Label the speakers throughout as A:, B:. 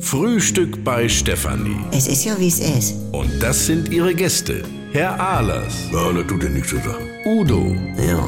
A: Frühstück bei Stefanie.
B: Es ist ja, wie es ist.
A: Und das sind ihre Gäste. Herr Ahlers,
C: Ja, das tut dir nichts zu sagen.
A: Udo
B: Ja,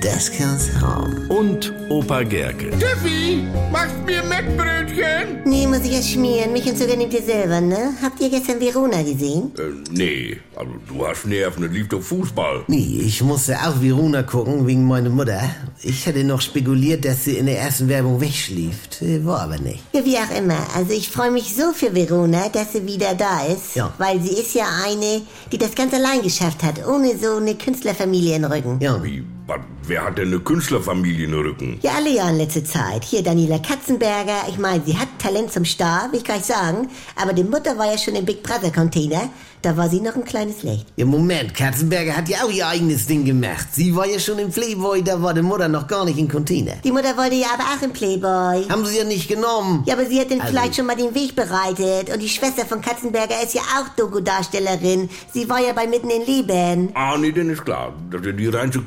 B: das kann's haben.
A: und Opa Gerke.
D: Tiffy, machst mir Mettbrötchen?
B: Nee, muss ich jetzt schmieren. Mich und sogar nehmt ihr selber, ne? Habt ihr gestern Verona gesehen?
C: Äh, nee, also du hast Nerven, das lief doch Fußball.
E: Nee, ich musste auch Verona gucken wegen meiner Mutter. Ich hatte noch spekuliert, dass sie in der ersten Werbung wegschlieft. Äh, War aber nicht.
B: Ja, wie auch immer. Also ich freue mich so für Verona, dass sie wieder da ist.
E: Ja.
B: Weil sie ist ja eine, die das ganz allein geschafft hat, ohne so eine Künstlerfamilie im Rücken.
E: Ja,
C: Wie, wa- wer hat denn eine Künstlerfamilie in den Rücken?
B: Ja, alle ja in letzter Zeit. Hier Daniela Katzenberger. Ich meine, sie hat Talent zum Star, will ich gleich sagen. Aber die Mutter war ja schon im Big Brother Container. Da war sie noch ein kleines Licht.
E: ja, Moment, Katzenberger hat ja auch ihr eigenes Ding gemacht. Sie war ja schon im Playboy, da war die Mutter noch gar nicht in Container.
B: Die Mutter wollte ja aber auch im Playboy.
E: Haben sie ja nicht genommen.
B: Ja, aber sie hat denn
E: Also-
B: vielleicht schon mal den Weg bereitet. Und die Schwester von Katzenberger ist ja auch Doku-Darstellerin. Sie war ja bei Mitten in Leben.
C: Ah, nee, denn ist klar, das ist ja die reinste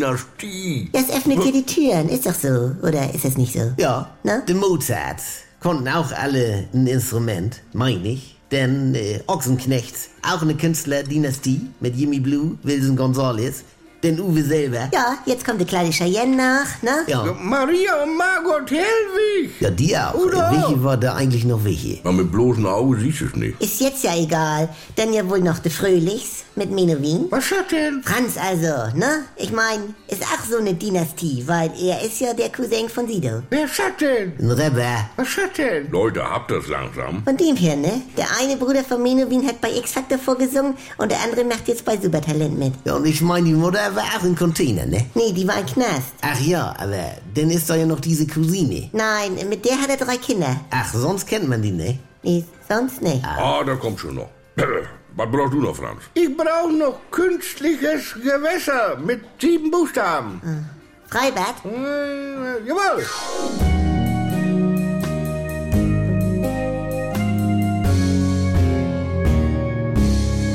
C: Künstlerdynastie.
B: Das öffnet hier die Türen. Ist doch so. Oder ist es nicht so?
E: Ja,
B: Ne?
E: die Mozarts konnten auch alle ein Instrument, meine ich. Denn äh, Ochsenknechts, auch eine Künstlerdynastie mit Jimmy Blue, Wilson Gonzales, denn Uwe selber.
B: Ja, jetzt kommt die kleine Cheyenne nach, ne?
E: Ja,
D: Maria und Margot Hellwig.
E: ja die auch. Äh,
D: Udo!
E: Welche war da eigentlich noch welche?
C: Na, mit bloßem Auge siehst du es nicht.
B: Ist jetzt ja egal. Dann ja wohl noch die Fröhlichs mit Menowin.
D: Was hat denn?
B: Franz also, ne? Ich mein, ist auch so eine Dynastie, weil er ist ja der Cousin von Sido.
D: Wer hat denn?
E: Ein Rapper.
D: Was hat denn?
C: Leute, habt das langsam.
B: Von dem her, ne? Der eine Bruder von Menowin hat bei X-Factor vorgesungen und der andere macht jetzt bei Supertalent mit.
E: Ja, und ich meine, die Mutter war auch im Container, ne?
B: Nee, die war im Knast.
E: Ach ja, aber dann ist da ja noch diese Cousine.
B: Nein, mit der hat er drei Kinder.
E: Ach, sonst kennt man die ne? nicht.
B: Nee, sonst nicht.
C: Ah, da kommt schon noch. Was brauchst du noch, Franz?
D: Ich brauche noch künstliches Gewässer mit sieben Buchstaben.
B: Freibad?
D: Äh, jawohl.